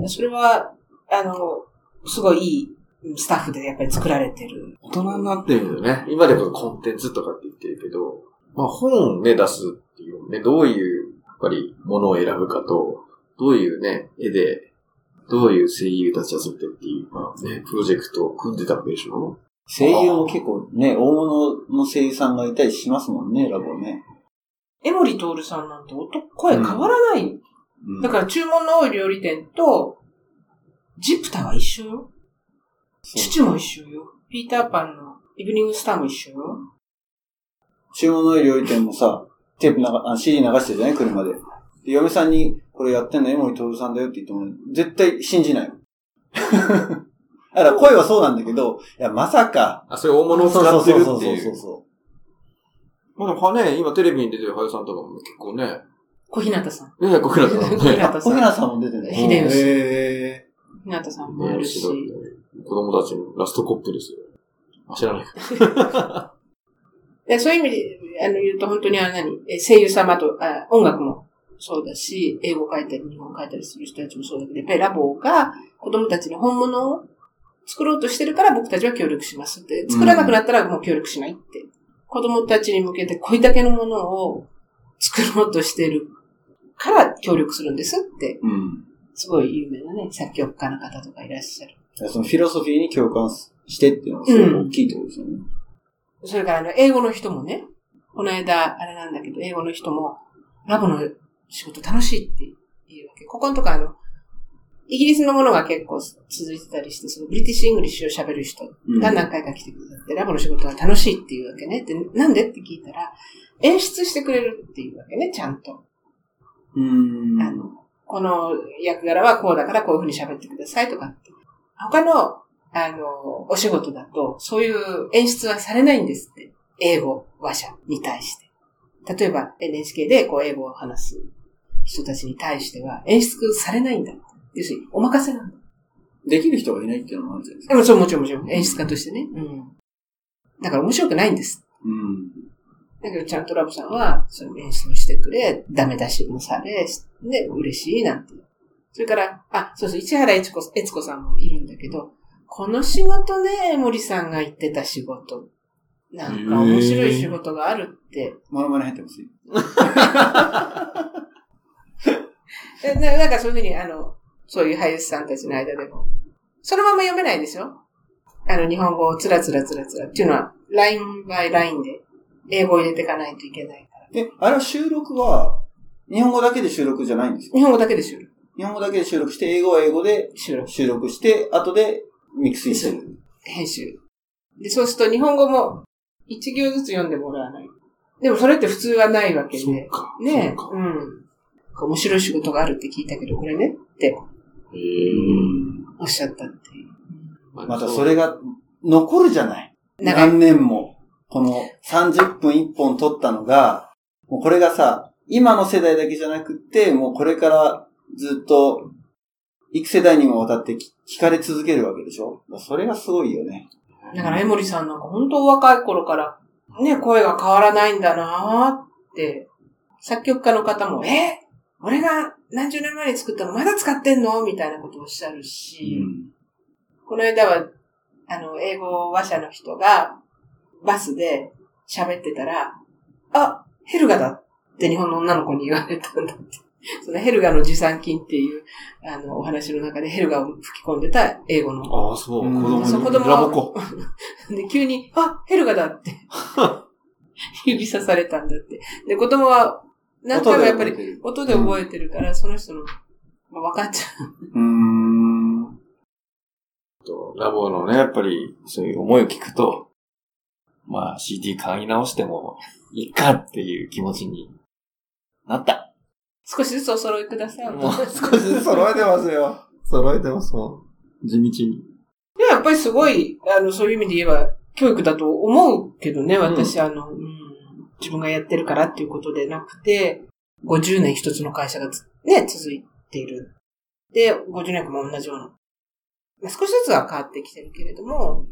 C: うん。それは、あの、すごいいいうんスタッフでやっぱり作られてる。
B: 大人になってるんだよね。今でもコンテンツとかって言ってるけど、まあ本をね、出すっていうね、どういう、やっぱり、ものを選ぶかと、どういうね、絵で、どういう声優たち集めてっていう、まあね、プロジェクトを組んでたわけでしょ
A: 声優も結構ね、大物の声優さんがいたりしますもんね、ラボね。
C: 江森徹さんなんて音、声変わらない。
A: うん
C: だから注文の多い料理店と、ジプタは一緒よ。父も一緒よ。ピーターパンのイブニングスターも一緒よ。
A: 注文の料理店もさ、テープながあ、CD 流してるじゃない車で。で、嫁さんに、これやってんの江森徹さんだよって言っても、絶対信じない。だから声はそうなんだけど、いや、まさか。
B: あ、そういう大物を使ってるってい
A: そうう。そ
B: まあでもね、今テレビに出てる俳優さんとかも結構ね、
C: 小日向さん。
B: ね、小倉さんも
C: 小日
B: ね、
A: うそう。あ、小
C: 向さん。
A: 平さんも出てる
C: 秀吉
A: へ
C: ひなたさんもや
B: ね
C: る
B: 知
C: し
B: ら。ない子供たちのラストコップですよ。あ知らない。
C: でそういう意味で、あの、言うと本当にあの何、え声優様とあ、音楽もそうだし、英語書いたり、日本語書いたりする人たちもそうだけど、やっぱりラボが子供たちに本物を作ろうとしてるから僕たちは協力しますって。作らなくなったらもう協力しないって。子供たちに向けてこれだけのものを作ろうとしてるから協力するんですって。
A: ー。うん。
C: すごい有名なね、作曲家の方とかいらっしゃる。
A: そのフィロソフィーに共感してっていうのがすごく大きいってことですよね。
C: それからあの、英語の人もね、この間、あれなんだけど、英語の人も、ラボの仕事楽しいっていうわけ。ここのとこあの、イギリスのものが結構続いてたりして、そのブリティッシュ・イングリッシュを喋る人が何回か来てくださって、ラボの仕事が楽しいっていうわけね。で、なんでって聞いたら、演出してくれるっていうわけね、ちゃんと。
A: うん。
C: あの、この役柄はこうだからこういうふうに喋ってくださいとかって。他の、あの、お仕事だと、そういう演出はされないんですって。英語話者に対して。例えば NHK でこう英語を話す人たちに対しては演出されないんだ。要するにお任せなんだ。
A: できる人がいないっていうのもあるじゃないです
C: で
A: か。
C: もそう、もちろんもちろん演出家としてね。うん。だから面白くないんです。
A: うん。
C: だけど、ちゃんとラブさんは、その演出もしてくれ、ダメ出しもされ、で、嬉しいなんて。それから、あ、そうそう、市原悦子悦子さんもいるんだけど、この仕事ね、森さんが言ってた仕事。なんか面白い仕事があるって。
A: モノマネ入ってほしい。
C: えななんかそういうふうに、あの、そういう俳優さんたちの間でも。そのまま読めないですよ。あの、日本語をつらつらつらつらっていうのは、ラインバイラインで、英語を入れていかないといけないから。
A: え、あれは収録は、日本語だけで収録じゃないんですか
C: 日本語だけで収録。
A: 日本語だけで収録して、英語は英語で
C: 収録。
A: 収録して、後でミックスインする。
C: 編集。で、そうすると日本語も一行ずつ読んでもらわない。でもそれって普通はないわけで。
D: そっか。
C: ね
D: そ
C: え
D: っか。
C: うん。面白い仕事があるって聞いたけど、これねって
D: へー
C: おっしゃったっていう。
A: またそれ。が残るじゃない。
C: 長い。
A: 何年も。この30分1本撮ったのが、もうこれがさ、今の世代だけじゃなくって、もうこれからずっと、幾世代にもわたってき聞かれ続けるわけでしょそれがすごいよね。
C: だから江森さんなんか本当お若い頃から、ね、声が変わらないんだなーって、作曲家の方も、え俺が何十年前に作ったのまだ使ってんのみたいなことをおっしゃるし、この間は、あの、英語話者の人が、バスで喋ってたら、あ、ヘルガだって日本の女の子に言われたんだって。 そのヘルガの持参金っていう、あの、お話の中でヘルガを吹き込んでた英語の。
D: ああ、そう。
A: うん
D: 子供に
C: そう子供
D: ラボコ。
C: で、急に、あ、ヘルガだって。 指さされたんだって。で、子供は、何回もやっぱり
A: 音で覚えてる
C: 音で覚えてるから、その人の、まあ、分かっちゃ
A: うーん。
B: ラボのね、やっぱり、そういう思いを聞くと、まあ CD 買い直してもいいかっていう気持ちになった。
C: う。少しずつお揃いください。
B: もう少しずつ揃えてますよ。揃えてますもん。地道に。
C: いや、やっぱりすごい、あの、そういう意味で言えば、教育だと思うけどね、私、あの、うん、自分がやってるからっていうことでなくて、50年一つの会社がつね、続いている。で、50年間も同じような。まあ少しずつは変わってきてるけれども、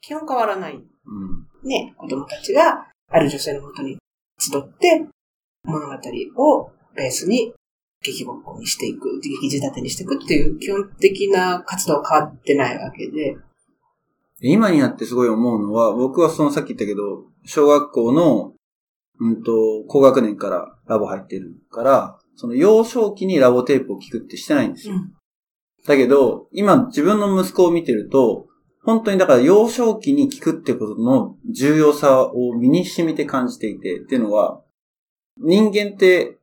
C: 基本変わらない。
A: うん。
C: ね、子供たちが、ある女性のもとに集って、物語をベースに、劇ごっこにしていく、劇仕立てにしていくっていう基本的な活動は変わってないわけで、
A: 今になってすごい思うのは、僕はそのさっき言ったけど、小学校の、うんと、高学年からラボ入ってるから、その幼少期にラボテープを聞くってしてないんですよ。だけど、今自分の息子を見てると、本当にだから幼少期に聞くってことの重要さを身に染みて感じていて、っていうのは、人間って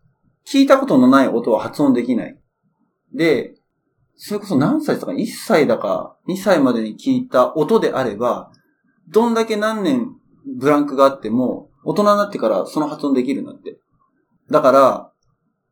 A: 聞いたことのない音は発音できない。で、それこそ何歳とか1歳だか2歳までに聞いた音であれば、どんだけ何年ブランクがあっても、大人になってからその発音できるんだって。だから、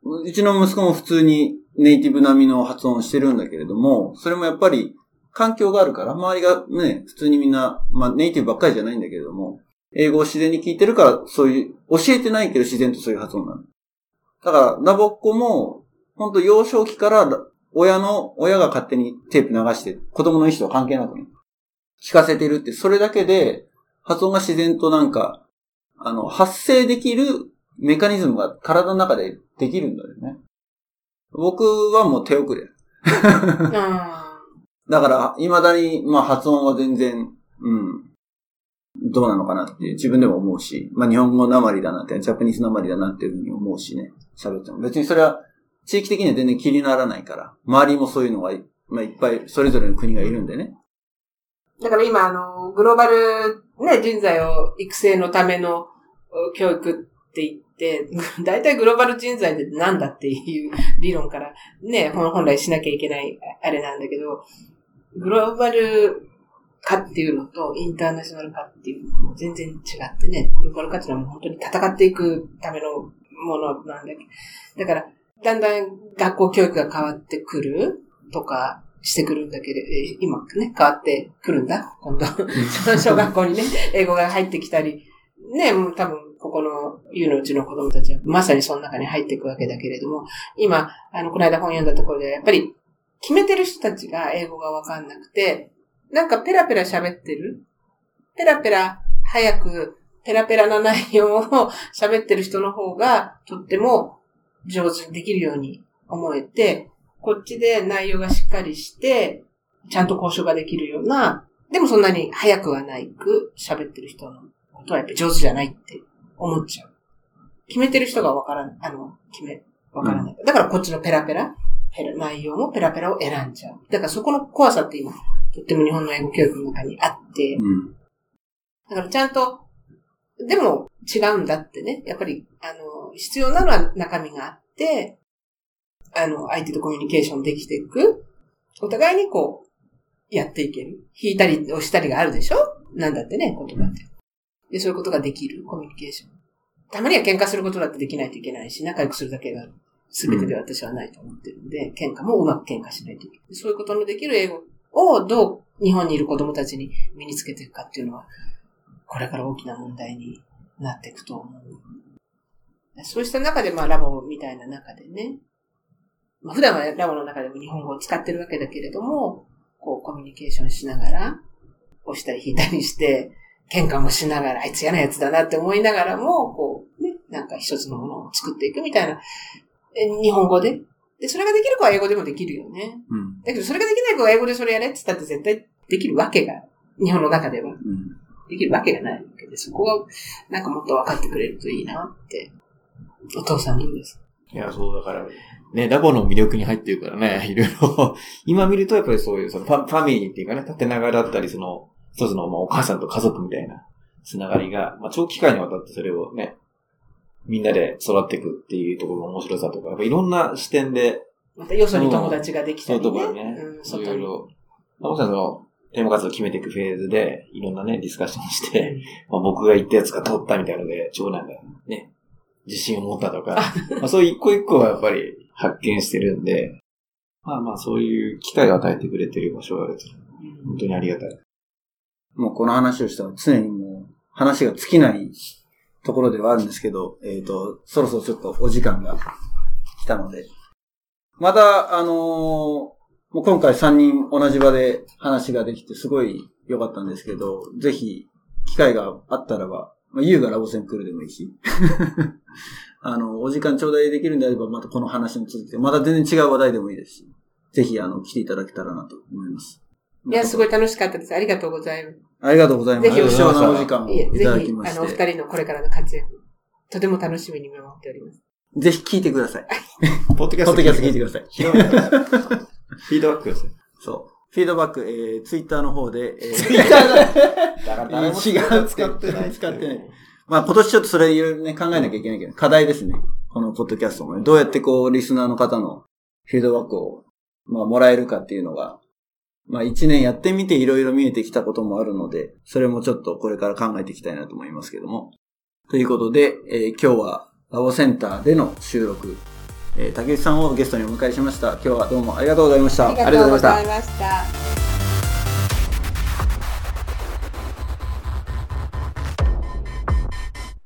A: うちの息子も普通にネイティブ並みの発音をしてるんだけれども、それもやっぱり環境があるから、周りがね、普通にみんな、まあネイティブばっかりじゃないんだけれども、英語を自然に聞いてるから、そういう、教えてないけど自然とそういう発音なの。だから、ラボっ子も、ほんと幼少期からラ、親の、親が勝手にテープ流して、子供の意思とは関係なくね、聞かせてるって、それだけで、発音が自然となんか、あの、発生できるメカニズムが体の中でできるんだよね。僕はもう手遅れ。
C: あ
A: だから、未だに、まあ発音は全然、うん、どうなのかなって自分でも思うし、まあ日本語なまりだなって、ジャパニーズなまりだなっていうふうに思うしね、喋っても。別にそれは地域的には全然気にならないから、周りもそういうのが、まあいっぱいそれぞれの国がいるんでね。
C: ーだから今、あの、グローバル、ね、人材を育成のためのう教育ってっていって、 大体グローバル人材でなんだっていう理論からね、ほん本来しなきゃいけないあれなんだけど、グローバル化っていうのとインターナショナル化っていうのはもう全然違ってね、グローバル化っていうのはもう本当に戦っていくためのものなんだけど、だからだんだん学校教育が変わってくるとかしてくるんだけれど、今ね、変わってくるんだ、今度。その 小学校にね、英語が入ってきたり、ね、もう多分、ここの、ゆうのうちの子供たちは、まさにその中に入っていくわけだけれども、今、あの、この間本読んだところで、やっぱり、決めてる人たちが英語がわかんなくて、なんかペラペラ喋ってるペラペラ、早く、ペラペラな内容を 喋ってる人の方が、とっても上手にできるように思えて、こっちで内容がしっかりして、ちゃんと交渉ができるような、でもそんなに早くはないく喋ってる人のことはやっぱ上手じゃないって思っちゃう。決めてる人がわからん、あの、決め、わからない。だからこっちのペラペラ、ペラ内容もペラペラを選んじゃう。だからそこの怖さって今、とっても日本の英語教育の中にあって、
A: うん。
C: だからちゃんと、でも違うんだってね。やっぱり、あの、必要なのは中身があって、あの、相手とコミュニケーションできていく。お互いにこう、やっていける。引いたり押したりがあるでしょなんだってね、言葉って。で、そういうことができる、コミュニケーション。たまには喧嘩することだってできないといけないし、仲良くするだけが全てでは私はないと思ってるんで、喧嘩もうまく喧嘩しないといけない。そういうことのできる英語をどう日本にいる子供たちに身につけていくかっていうのは、これから大きな問題になっていくと思う。そうした中で、まあ、ラボみたいな中でね、まあ、普段はラボの中でも日本語を使ってるわけだけれども、こう、コミュニケーションしながら、押したり引いたりして、喧嘩もしながら、あいつ嫌なやつだなって思いながらも、こう、ね、なんか一つのものを作っていくみたいな、え日本語で。で、それができる子は英語でもできるよね。
A: うん。
C: だけど、それができない子が英語でそれやれって言ったって絶対できるわけが、日本の中では
A: うん。
C: できるわけがないわけで、そこが、なんかもっと分かってくれるといいなって。お父さんどうです
B: いや、そうだから、ね、ラボの魅力に入ってるからね、いろいろ。 今見るとやっぱりそういう、そのファファミリーっていうかね、縦長だったり、その、一つの、まあ、お母さんと家族みたいなつながりが、まあ、長期間にわたってそれをね、みんなで育っていくっていうところの面白さとか、やっぱいろんな視点で、
C: またよそに友達ができ
B: そ
C: た
B: う
C: り
B: いうところ
C: ね。
B: でね
C: う
B: い
C: ん、、外
B: ろい
C: に。
B: ろ、まあもちろんその、テーマ活動を決めていくフェーズで、いろんなね、ディスカッションして、まあ、僕が言ったやつが通ったみたいなので、長男がね、自信を持ったとか、まあ、そういう一個一個はやっぱり発見してるんで、まあまあそういう機会を与えてくれてる場所があると、
C: うん
B: 本当にありがたい。
A: もうこの話をしたら常にもう話が尽きないところではあるんですけど、えっ、と、そろそろちょっとお時間が来たので。また、あのーもう今回3人同じ場で話ができてすごい良かったんですけど、ぜひ機会があったらば、まあ、優がラボ戦来るでもいいし。 あの、お時間頂戴できるんであれば、またこの話の続きで、また全然違う話題でもいいですし、ぜひ、あの、来ていただけたらなと思います。
C: いや、すごい楽しかったです。ありがとうございます。
A: ありがとうございます。
C: ぜひ
A: 貴重なお時間を
C: いえ
A: いただ
C: ぜ
A: き
C: ひ、
A: ま
C: あの、お
A: し
C: 二
A: て。
C: 人のこれからの活躍、とても楽しみに見守っております。
A: ぜひ聞いてくだ さい。
B: ポッドキャ
A: ポッドキャスト聞いて
B: く
A: ください。
B: ださい。フィードバックください。
A: そう。フィードバック、えー、ツイッターの方で、えー
B: だから
A: 誰も使ってない
B: 使ってない。
A: まあ今年ちょっとそれいろいろね考えなきゃいけないけど、課題ですね。このポッドキャストもね。どうやってこう、リスナーの方のフィードバックを、まあもらえるかっていうのが、まあ一年やってみていろいろ見えてきたこともあるので、それもちょっとこれから考えていきたいなと思いますけども。ということで、えー今日はラボセンターでの収録、えー竹内さんをゲストにお迎えしました。今日はどうもありがとうございました。
B: がとうございました
C: ありがとうございました。